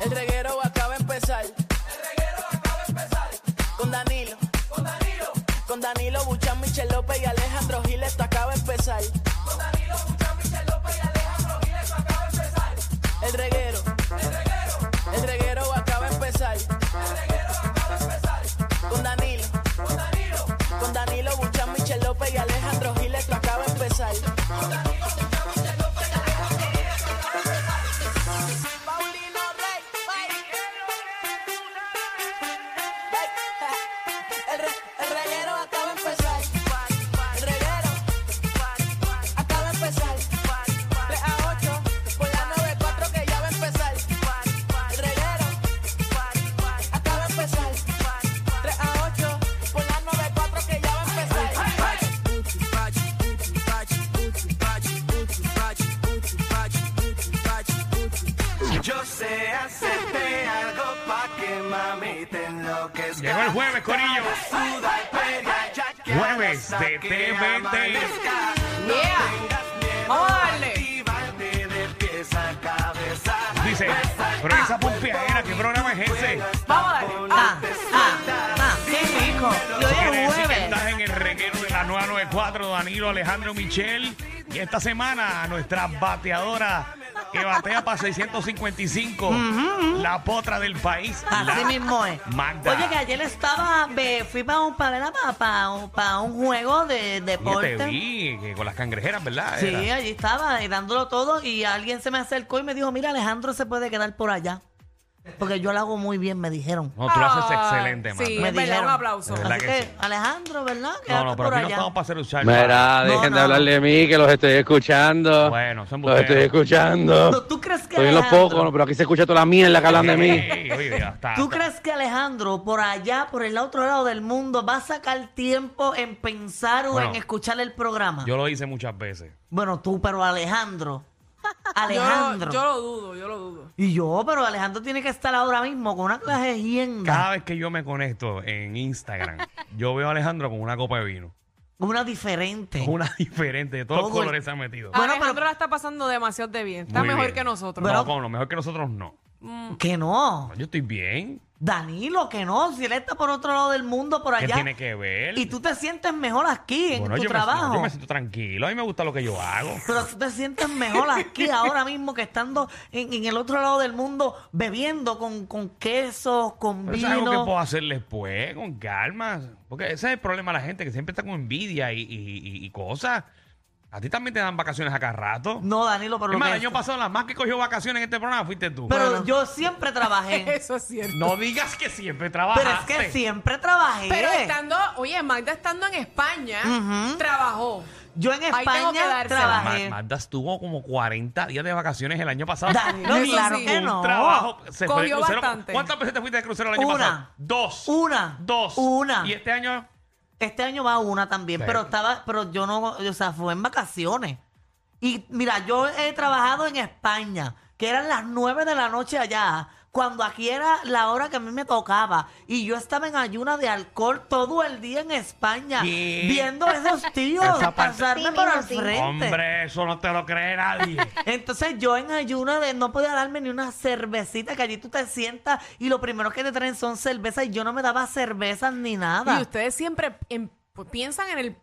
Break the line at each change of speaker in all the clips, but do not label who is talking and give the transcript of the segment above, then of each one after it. El reguero acaba de empezar. Con Danilo. Con Danilo Buchan, Michel López y Alejandro Gil, esto acaba de empezar. El reguero. El reguero acaba de empezar. Con Danilo. Con Danilo Buchan, Michel López y Alejandro Gil, esto acaba de empezar. Paulino Rey, bye. Bye. El, re, el reguero acaba de empezar. El reguero acaba de empezar. 3 a 8 por la 94 que ya va a empezar. El reguero acaba de empezar. 3 a 8 por la 94 que ya va a empezar.
Yo sé hacerte algo pa' que mami te enloquezca.
Llegó el jueves, Corillo.
Suda y pega ya que
Jueves
hasta
de
que
TVT.
amanezca. No tengas miedo a activarte de pies a cabeza.
Dice,
Pues
pero esa pompeadera, ¿qué programa es ese?
Ah,
Quiere decir que estás en el reguero de la 994, Danilo Alejandro Michel. Y esta semana, nuestra bateadora que batea para 655, la potra del país,
Así
la
mismo es.
Magda.
Oye, que ayer estaba, me fui para un, para, ¿verdad? para, para un, para un juego de
Yo te
deporte.
vi que con las cangrejeras, ¿verdad?
sí,
Era.
allí estaba eh, dándolo todo y alguien se me acercó y me dijo, mira, Alejandro se puede quedar por allá. Porque yo lo hago muy bien, me dijeron.
No, tú lo haces excelente, Magda.
Sí,
Ah, Me
es verdad,
dijeron.
un aplauso.
De verdad
Así
que
que,
sí.
Alejandro, ¿verdad?
No,
Quédate
no, pero
por
aquí no
allá.
estamos para hacer un charla.
Mira,
No,
dejen
no.
de hablar de mí, que los estoy escuchando.
Bueno, son
los estoy
buteros.
escuchando.
¿Tú crees que
Soy en los
Alejandro-
pocos, ¿no? pero aquí se escucha toda la mierda que hablan de mí.
Ey, oye, ya está.
¿Tú crees que Alejandro, por allá, por el otro lado del mundo, va a sacar tiempo en pensar o
Bueno,
en escuchar el programa?
Yo lo hice muchas veces.
Bueno, tú, pero Alejandro.
Yo, lo-
Alejandro.
yo lo dudo, yo lo dudo.
Y yo, pero Alejandro tiene que estar ahora mismo con una clase de hienda,
Cada vez que yo me conecto en Instagram, yo veo a Alejandro con una copa de vino.
una diferente.
Una diferente, de todos los
Todo el- Ah,
colores se ha metido.
Bueno,
Alejandro
pero-
la está pasando demasiado de bien. Está
Muy
mejor
bien.
que nosotros.
No,
Bueno.
con lo mejor que nosotros no.
Que no.
Yo estoy bien.
Danilo, que no. Si él está por otro lado del mundo, por
¿Qué
allá.
tiene que ver?
Y tú te sientes mejor aquí, en
Bueno,
tu
yo me-
trabajo.
yo me siento tranquilo. A mí me gusta lo que yo hago.
Pero tú te sientes mejor aquí ahora mismo que estando en, en el otro lado del mundo bebiendo con, con quesos, con
Pero eso es algo que
vino.
puedo hacer después, con calma. Porque ese es el problema de la gente, que siempre está con envidia y, y- y- y cosas. A ti también te dan vacaciones acá rato.
No, Danilo,
Es
pero lo
más,
que
el año pasado, la más que cogió vacaciones en este programa fuiste tú.
Pero
Bueno.
yo siempre trabajé.
Eso es cierto.
No digas que siempre trabajas.
pero es que siempre trabajé.
Pero estando, oye, Magda estando en España, trabajó.
Yo en
Ahí tengo que
España
dársela.
trabajé.
Magda estuvo como 40 días de vacaciones el año pasado.
Danilo,
Eso
claro
sí.
que
Un
no.
trabajo. Se fue de
Cogió
crucero.
bastante.
¿Cuántas veces te fuiste de crucero el año
Una.
pasado? Dos.
Una.
Dos.
Una.
Y este año.
Este año va una también,
Sí.
pero estaba, pero yo no, o sea, fue en vacaciones. Y mira, yo he trabajado en España, que eran las nueve de la noche allá, cuando aquí era la hora que a mí me tocaba. Y yo estaba en ayuna de alcohol todo el día en España,
¿Qué?
viendo a esos tíos
Esa parte-
pasarme
Sí,
por
mijo,
el
sí.
frente.
Hombre, eso no te lo cree nadie.
Entonces yo en ayuna de no podía darme ni una cervecita, que allí tú te sientas y lo primero que te traen son cervezas y yo no me daba cervezas ni nada.
Y ustedes siempre em- piensan en el,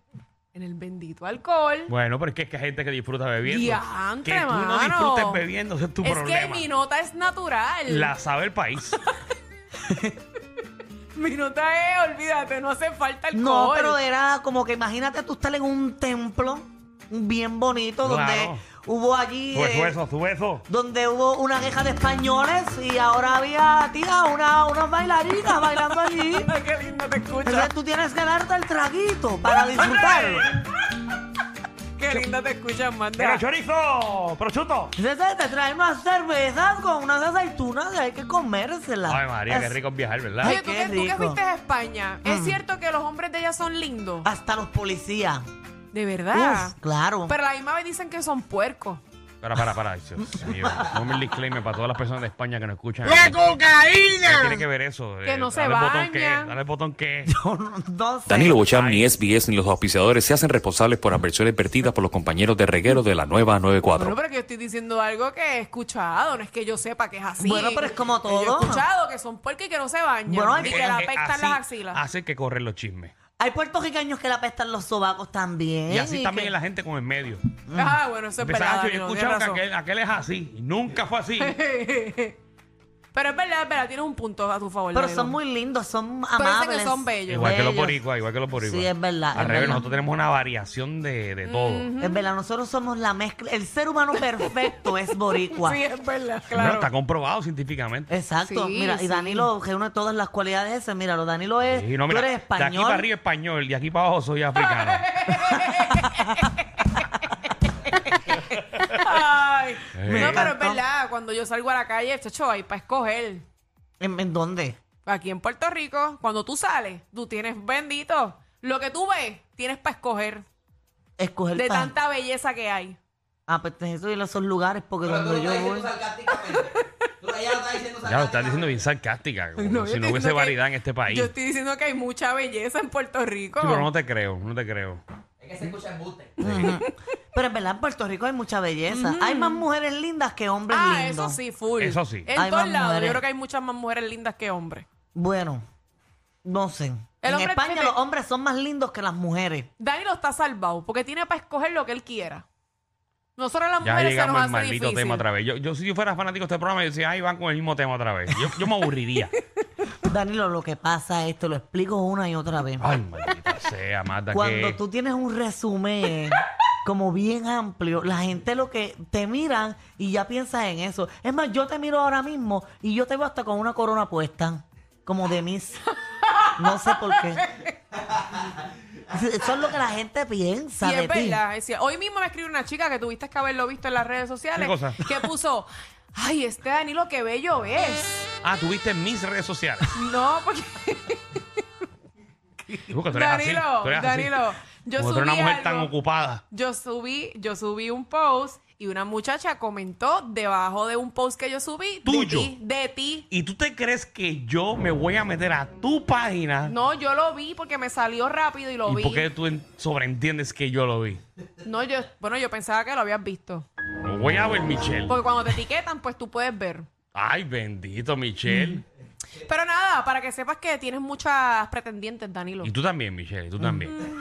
en el bendito alcohol.
bueno, pero es que es que hay gente que disfruta bebiendo.
Diantre,
que tú no
mano.
disfrutes bebiendo, ese es tu
es que
problema.
mi nota es natural.
La sabe el país.
Mi nota es, olvídate, no hace falta alcohol.
No, pero era como que imagínate tú estar en un templo bien bonito
Claro.
donde hubo allí
Sube
eh,
eso, sube eso.
donde hubo una queja de españoles y ahora había tía una, unas bailarinas bailando allí.
Ay, qué lindo te escucho.
Entonces tú tienes que darte el traguito para disfrutarlo.
Qué linda te escuchas, manda.
Mira, chorizo, prosciutto.
Entonces te traen unas cervezas con unas aceitunas y hay que comérselas.
Ay, María, qué
Es-
rico es viajar, ¿verdad?
Oye,
Ay,
¿tú
qué
que, tú que
rico. Mm.
fuiste a España, ¿es cierto que los hombres de ella son lindos?
Hasta los policías.
De verdad.
Ah, Uf, claro.
Pero a la misma vez dicen que son puercos.
Para, para, para. Dios mío. Ponme el disclaimer para todas las personas de España que nos escuchan. ¡La cocaína! Tiene que ver eso. Eh,
Que no se
dale el botón que,
bañan.
dale el botón que.
no sé.
Danilo Bocham, ni SBS, ni los auspiciadores se hacen responsables por adversiones vertidas por los compañeros de reguero de la nueva 94.
Bueno, pero que yo estoy diciendo algo que he escuchado, no es que yo sepa que es así.
Bueno, pero es como
Que yo
todo.
he escuchado que son puercos y que no se bañan
Bueno,
y
es Ah,
que
que-
le
la
apestan las axilas.
Hace que corren los chismes.
Hay puertorriqueños que le apestan los sobacos también.
Y así también
que-
la gente con el medio.
mm.
Ah, bueno, eso es
Empieza,
verdad.
"Acho, yo he
Danilo,
escuchado que
tienes
aquel, aquel es así. y nunca fue así.
razón. pero es verdad, es verdad, tienes un punto a tu favor.
Pero
Danilo.
son muy lindos, son
Tú dices
amables.
que son bellos.
igual que los
Bellos.
boricuas, igual que los boricuas.
Sí, es verdad,
Al
es
revés,
verdad.
nosotros tenemos una variación de, de todo.
Es verdad, nosotros somos la mezcla. El ser humano perfecto es boricua.
Sí, es verdad,
Bueno,
claro.
está comprobado científicamente.
Exacto,
Sí,
mira,
sí.
y Danilo reúne todas las cualidades esas. Míralo, Danilo es.
Y no,
Eh, tú
mira,
eres
de aquí
español.
para arriba español, de aquí para abajo soy africano.
Ay.
Me
No, pero es
encantó.
verdad, cuando yo salgo a la calle, chacho, hay para escoger.
¿En, en dónde?
Aquí en Puerto Rico, cuando tú sales, tú tienes bendito. Lo que tú ves, tienes para escoger
Escoger
de
pa-
tanta belleza que hay.
Ah, pues eso y en esos lugares, porque
Pero tú
donde
lo
yo
estás
voy.
diciendo sarcásticamente. Tú lo- ella lo está diciendo
Ya lo estás diciendo
sarcásticamente.
bien sarcástica, como
No, yo
si
estoy
no hubiese
diciendo que-
variedad en este país.
Yo estoy diciendo que hay mucha belleza en Puerto Rico.
Sí, pero no te creo, no te creo.
Es que se escucha embuste.
Pero en verdad, en Puerto Rico hay mucha belleza. Hay más mujeres lindas que hombres
ah,
lindos.
eso sí, full.
Eso sí.
En
Hay
todos
más
lados.
mujeres.
Yo creo que hay muchas más mujeres lindas que hombres.
Bueno, no sé. en
hombre-
España
fíjate-
los hombres son más lindos que las mujeres.
Danilo está salvado porque tiene para escoger lo que él quiera. Nosotros las
Ya
mujeres se nos
llegamos al
hace
maldito
difícil.
tema otra vez. Yo, yo si yo fuera fanático de este programa, yo decía, ay, van con el mismo tema otra vez. Yo, yo me aburriría.
Danilo, lo que pasa es, te lo explico una y otra vez.
Ay, maldita sea, mata
Cuando
que...
tú tienes un resumen como bien amplio, la gente lo que te miran y ya piensas en eso. Es más, yo te miro ahora mismo y yo te veo hasta con una corona puesta, como de mis. No sé por qué. Eso es lo que la gente piensa
Sí,
de
es
ti.
verdad. es cierto. hoy mismo me escribió una chica que tuviste que haberlo visto en las redes sociales.
¿Qué cosa?
Que puso, ay, este Danilo, qué bello es.
Ah, tuviste en mis redes sociales.
No, porque
Porque tú eres así,
Danilo,
tú eres así.
Danilo, yo
Como tú
subí
eres una mujer tan
algo.
ocupada.
yo subí, yo subí un post y una muchacha comentó debajo de un post que yo subí
Tuyo.
de ti, de ti.
¿Y tú te crees que yo me voy a meter a tu página?
No, yo lo vi porque me salió rápido y lo
¿Y
vi.
por qué tú en- sobreentiendes que yo lo vi?
No, yo, bueno, yo pensaba que lo habías visto.
Lo voy a ver, Michelle.
Porque cuando te etiquetan, pues tú puedes ver.
Ay, bendito, Michelle.
Mm, Pero nada, para que sepas que tienes muchas pretendientes, Danilo.
Y tú también, Michelle, y
Mm,
tú también.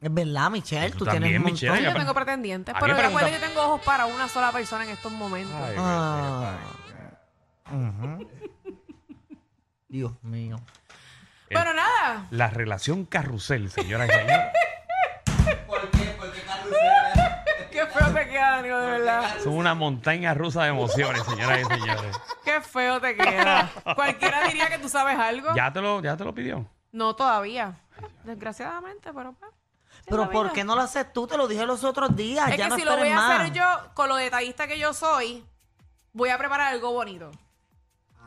Es verdad, Michelle,
Tú
tú, tienes
también,
un montón.
Michelle.
Sí, yo
pero-
tengo pretendientes.
¿A
Pero
qué
recuerda que
pregunta?
tengo ojos para una sola persona en estos momentos.
Ay,
Ah. Dios mío.
Pero nada.
La relación carrusel, señora y señor.
¿Por qué? Porque carrusel.
Qué feo te queda, Danilo, de verdad.
Son una montaña rusa de emociones, señoras y señores.
Qué feo te queda. Cualquiera diría que tú sabes algo.
Ya te lo, ya te lo pidió.
No todavía. Desgraciadamente, pero pues. sí, la
Pero ¿por
vida.
qué no lo haces tú? Te lo dije los otros días.
Es
Ah, ya
que
no
si lo voy
esperes
a
más.
hacer yo, con lo detallista que yo soy, voy a preparar algo bonito.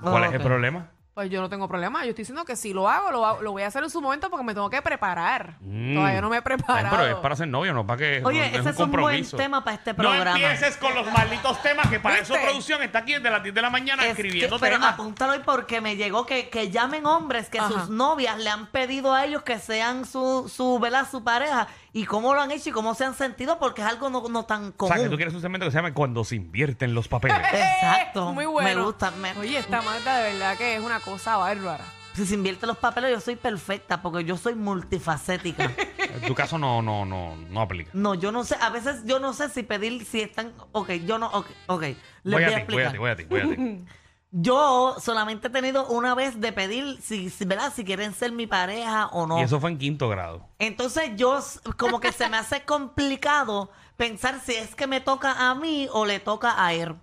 ¿Cuál es
Ok.
el problema?
Pues yo no tengo problema. Yo estoy diciendo que si lo hago, lo, hago- lo voy a hacer en su momento porque me tengo que preparar.
Mm.
Todavía no me he
Ay,
preparado.
pero es para ser novio, no para que.
Oye,
no- no
ese es un buen tema para este
No
programa.
empieces con los malditos temas que para
¿Viste?
eso producción está aquí desde las 10 de la mañana
Es
escribiendo
que- pero
temas.
apúntalo hoy porque me llegó que, que llamen hombres que
Ajá.
sus novias le han pedido a ellos que sean su, su, ¿verdad? su pareja y cómo lo han hecho y cómo se han sentido porque es algo no, no tan
O
común.
sea, que tú quieres un segmento que se llame Cuando se invierten los papeles.
Exacto.
Muy bueno.
Me gusta. me-
Oye, esta Marta de verdad que es una cosa bárbara.
Si se invierte los papeles, yo soy perfecta porque yo soy multifacética.
En tu caso no, no, no, no aplica.
no, yo no sé. A veces yo no sé si pedir si están. Ok, yo no. Ok, ok. Les
Voy a,
voy a
ti, voy a
explicar.
ti, voy a ti, voy a ti.
Yo solamente he tenido una vez de pedir si, si- ¿verdad? si quieren ser mi pareja o no.
Y eso fue en quinto grado.
Entonces yo s- como que se me hace complicado pensar si es que me toca a mí o le toca a él.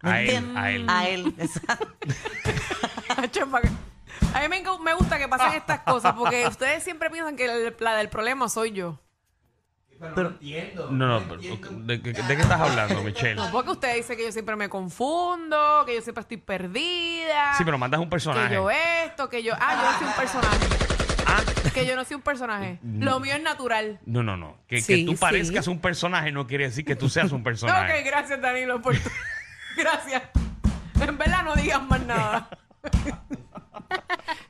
¿Me
A él,
entiendes?
a él.
A él, exacto.
Chumba, que- a mí me, enca- me gusta que pasen estas cosas porque ustedes siempre piensan que el- la del problema soy yo.
No, no, pero, ¿de, qué- de qué estás hablando, Michelle?
No, porque usted dice que yo siempre me confundo, que yo siempre estoy perdida.
Sí, pero mandas un
que
personaje.
yo esto, que yo. Ah, yo no soy un personaje.
Ah, Mm.
Que yo no soy un personaje. Lo mío es natural.
no, no, no. Que, que
Sí,
tú
sí.
parezcas un personaje no quiere decir que tú seas un
Ok,
personaje.
gracias, Danilo, por tu- Gracias. En verdad no digas más nada.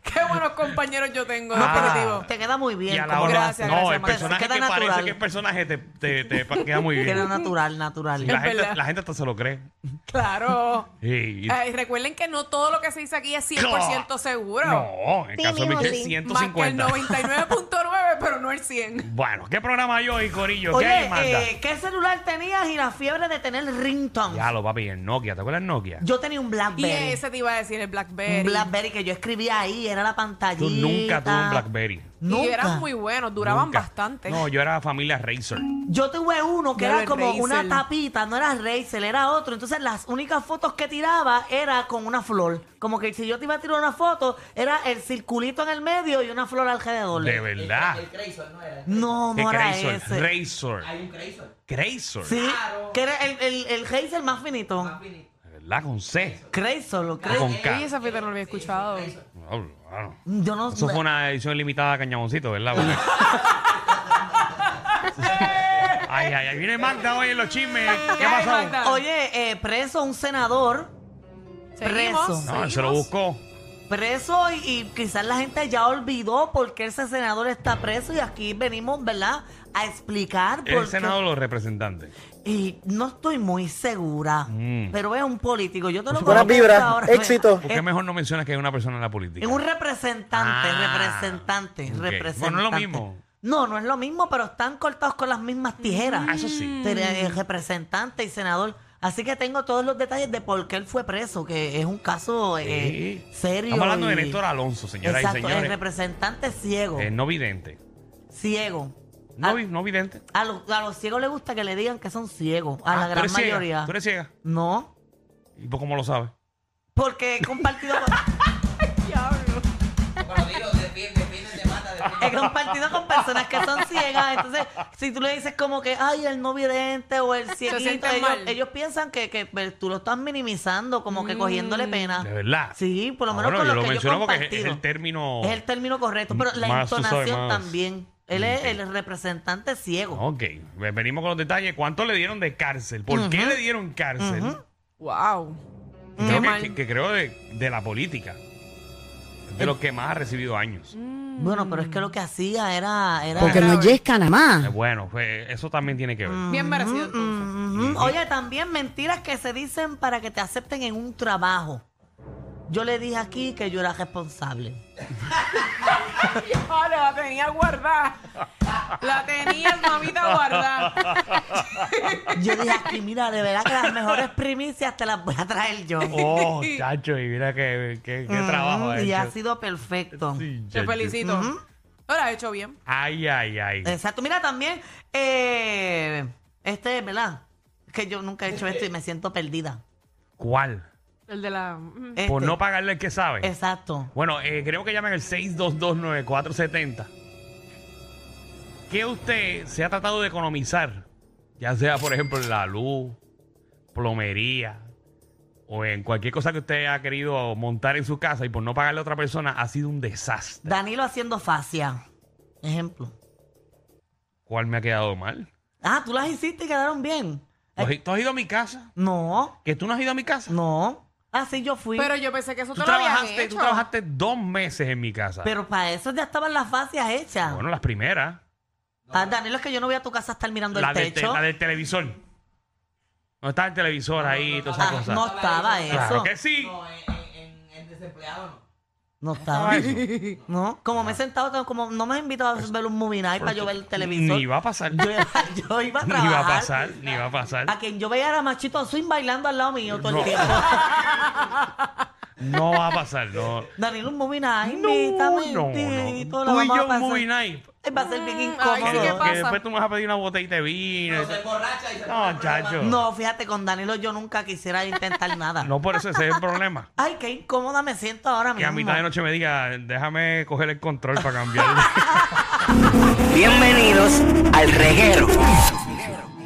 Qué buenos compañeros yo tengo,
Ah.
No, pero
definitivo.
te queda muy bien.
Y a la
como
hora.
Gracias,
no,
gracias,
el
Marta.
personaje
Queda
que parece
natural.
que es personaje te, te, te pa- queda muy
Queda
bien.
natural, natural.
Y la,
Es
gente,
verdad. Eh,
la gente hasta se lo cree.
Claro.
Sí, y-
Ay, recuerden que no todo lo que se dice aquí es 100% seguro.
No, en el
Sí,
caso de
mijo,
Michelle,
sí.
Más que el
150.
99.9, pero no el 100.
Bueno, ¿qué programa hay hoy, Corillo? ¿Qué hay, Marta?
Oye, eh, ¿qué celular tenías y la fiebre de tener ringtone?
Ya lo papi, el Nokia, ¿te acuerdas del Nokia?
Yo tenía un
Y
Blackberry.
ese te iba a decir el Blackberry.
Un Blackberry que yo escribía ahí, era la pantallita.
Tú nunca tuve un Blackberry.
Nunca.
Y eran muy buenos, duraban
Nunca.
bastable bastante.
No, yo era familia Racer.
Yo tuve uno que
Ya
era
era
como
Razer.
una tapita, no era Razer, era otro. Entonces las únicas fotos que tiraba era con una flor. Como que si yo te iba a tirar una foto, era el circulito en el medio y una flor alrededor.
De verdad.
No,
¿Qué
no era
Razer?
ese.
Razer. Hay un Razer.
Sí, que era el, el, el Razer más finito.
De ¿Verdad? Con C.
Razer, lo
O con
Y
K.
esa fita no la había escuchado.
Diablo, mano.
Yo no
Eso fue una edición limitada de Cañaboncito, ¿verdad? Porque- ay, ay, ay. Viene Magda hoy en los chismes. ¿Qué
Ay,
pasó?
Magda.
Oye, eh, preso un senador,
Seguimos.
preso.
No, él
seguimos.
se lo buscó.
preso y, y quizás la gente ya olvidó por qué ese senador está preso y aquí venimos, ¿verdad? A explicar por
El
qué.
Senado de los representantes.
Y no estoy muy segura,
Mm.
pero es un político. Yo te lo
Buenas
conozco
vibras,
ahora.
éxito.
¿Por qué mejor no mencionas que hay una persona en la política?
Eh, Es un representante,
Ah,
representante,
ok.
representante.
Bueno, no es lo mismo.
No, no es lo mismo, pero están cortados con las mismas tijeras.
Ah, eso sí.
Te- eh, representante y senador. Así que tengo todos los detalles de por qué él fue preso, que es un caso eh,
Sí.
serio.
Estamos hablando de
y-
Néstor Alonso, señoras y
Exacto, el
señores.
representante ciego.
Eh, no vidente.
Ciego.
No,
Ah.
vi- no vidente.
A los, a los ciegos les gusta que le digan que son ciegos, a
Ah,
la
tú
gran
eres ciega,
mayoría.
Tú eres ciega.
No,
¿Y tú cómo lo sabes?
porque he compartido con,
Bueno, dilo, defiende, defiende, te mata, defiende.
he compartido con personas que son ciegas. Entonces, si tú le dices como que, ay, el no vidente o el cieguito,
sienten
ellos,
mal.
ellos piensan que, que pues, tú lo estás minimizando, como que cogiéndole
Mm.
pena.
De verdad.
Ah. Sí, por lo
Ah,
menos
bueno,
con
yo
lo
lo
que yo
menciono
he
porque es- es
compartido.
el término.
Es el término correcto, pero la
Más, tú sabes,
entonación
más.
también. Él es el representante ciego.
Ok, ve- venimos con los detalles. ¿Cuánto le dieron de cárcel? ¿Por qué le dieron cárcel?
Wow. Qué
Creo que,
mal.
que- que creo de, de la política. De los que más ha recibido años.
Bueno, pero es que lo que hacía era... era
Porque no yesca nada
Eh,
más.
Bueno, pues, eso también tiene que ver.
Bien merecido
Mm-hmm.
entonces.
Mm, Ujú. Oye, también mentiras que se dicen para que te acepten en un trabajo. Yo le dije aquí que yo era responsable.
Ah, la tenía guardada. La tenía mamita guardada.
Yo dije aquí, mira, de verdad que las mejores primicias te las voy a traer yo.
Oh, chacho, y mira qué, qué, qué trabajo ha
Ujú, Mm, Y ha
hecho.
sido perfecto.
Sí,
Te
chacho.
felicito. No la has hecho bien.
Ay, ay, ay.
Exacto. Mira, también, eh, este, ¿verdad? Que yo nunca he hecho esto y me siento perdida.
¿Cuál?
El de la. mm.
Este,
Por no pagarle el que sabe.
Exacto.
Bueno, eh, creo que llaman el 6229470. ¿Qué usted se ha tratado de economizar? Ya sea, por ejemplo, en la luz, plomería o en cualquier cosa que usted ha querido montar en su casa y por no pagarle a otra persona ha sido un desastre.
Danilo haciendo fascia. Ejemplo.
¿Cuál me ha quedado mal?
Ah, tú las hiciste y quedaron bien.
¿Tú has i- ¿Tú has ido a mi casa?
No,
¿Que tú no has ido a mi casa?
no. Así yo fui.
Pero yo pensé que eso
Tú
te lo habían
trabajaste,
hecho.
tú trabajaste dos meses en mi casa.
Pero para eso ya estaban las fascias hechas.
bueno, las primeras.
Ah, Danilo, es que yo no voy a tu casa a estar mirando
La
el
del, te-
techo.
la del televisor. No estaba el televisor ahí y todas esas
Ah,
cosas.
no estaba eso.
Claro que sí.
No, en, en, en desempleado no.
No estaba. No, como
Ah.
me he sentado, tan- como no me has invitado a ver un movie night para yo ver el televisor.
Ni va a pasar.
Yo, yo iba a
Ni
trabajar.
va a pasar, ni va a pasar.
A quien yo veía era Machito Swing bailando al lado mío todo
No.
el tiempo.
No va a pasar, no.
Danilo, un movie night,
No,
invítame.
no, no.
tito, la
Tú y
vamos a
yo
pasar.
muy nice.
Ay, Va a ser bien
Ay,
incómodo.
sí, ¿qué
Que,
pasa?
que después tú me vas a pedir una botellita de vino.
No se emborracha y se pone
No, chacho.
no, fíjate, con Danilo yo nunca quisiera intentar nada.
No, por eso ese es el problema.
Ay, qué incómoda me siento ahora
Que
mismo.
a mitad de noche me diga, déjame coger el control para cambiarlo.
Bienvenidos al reguero.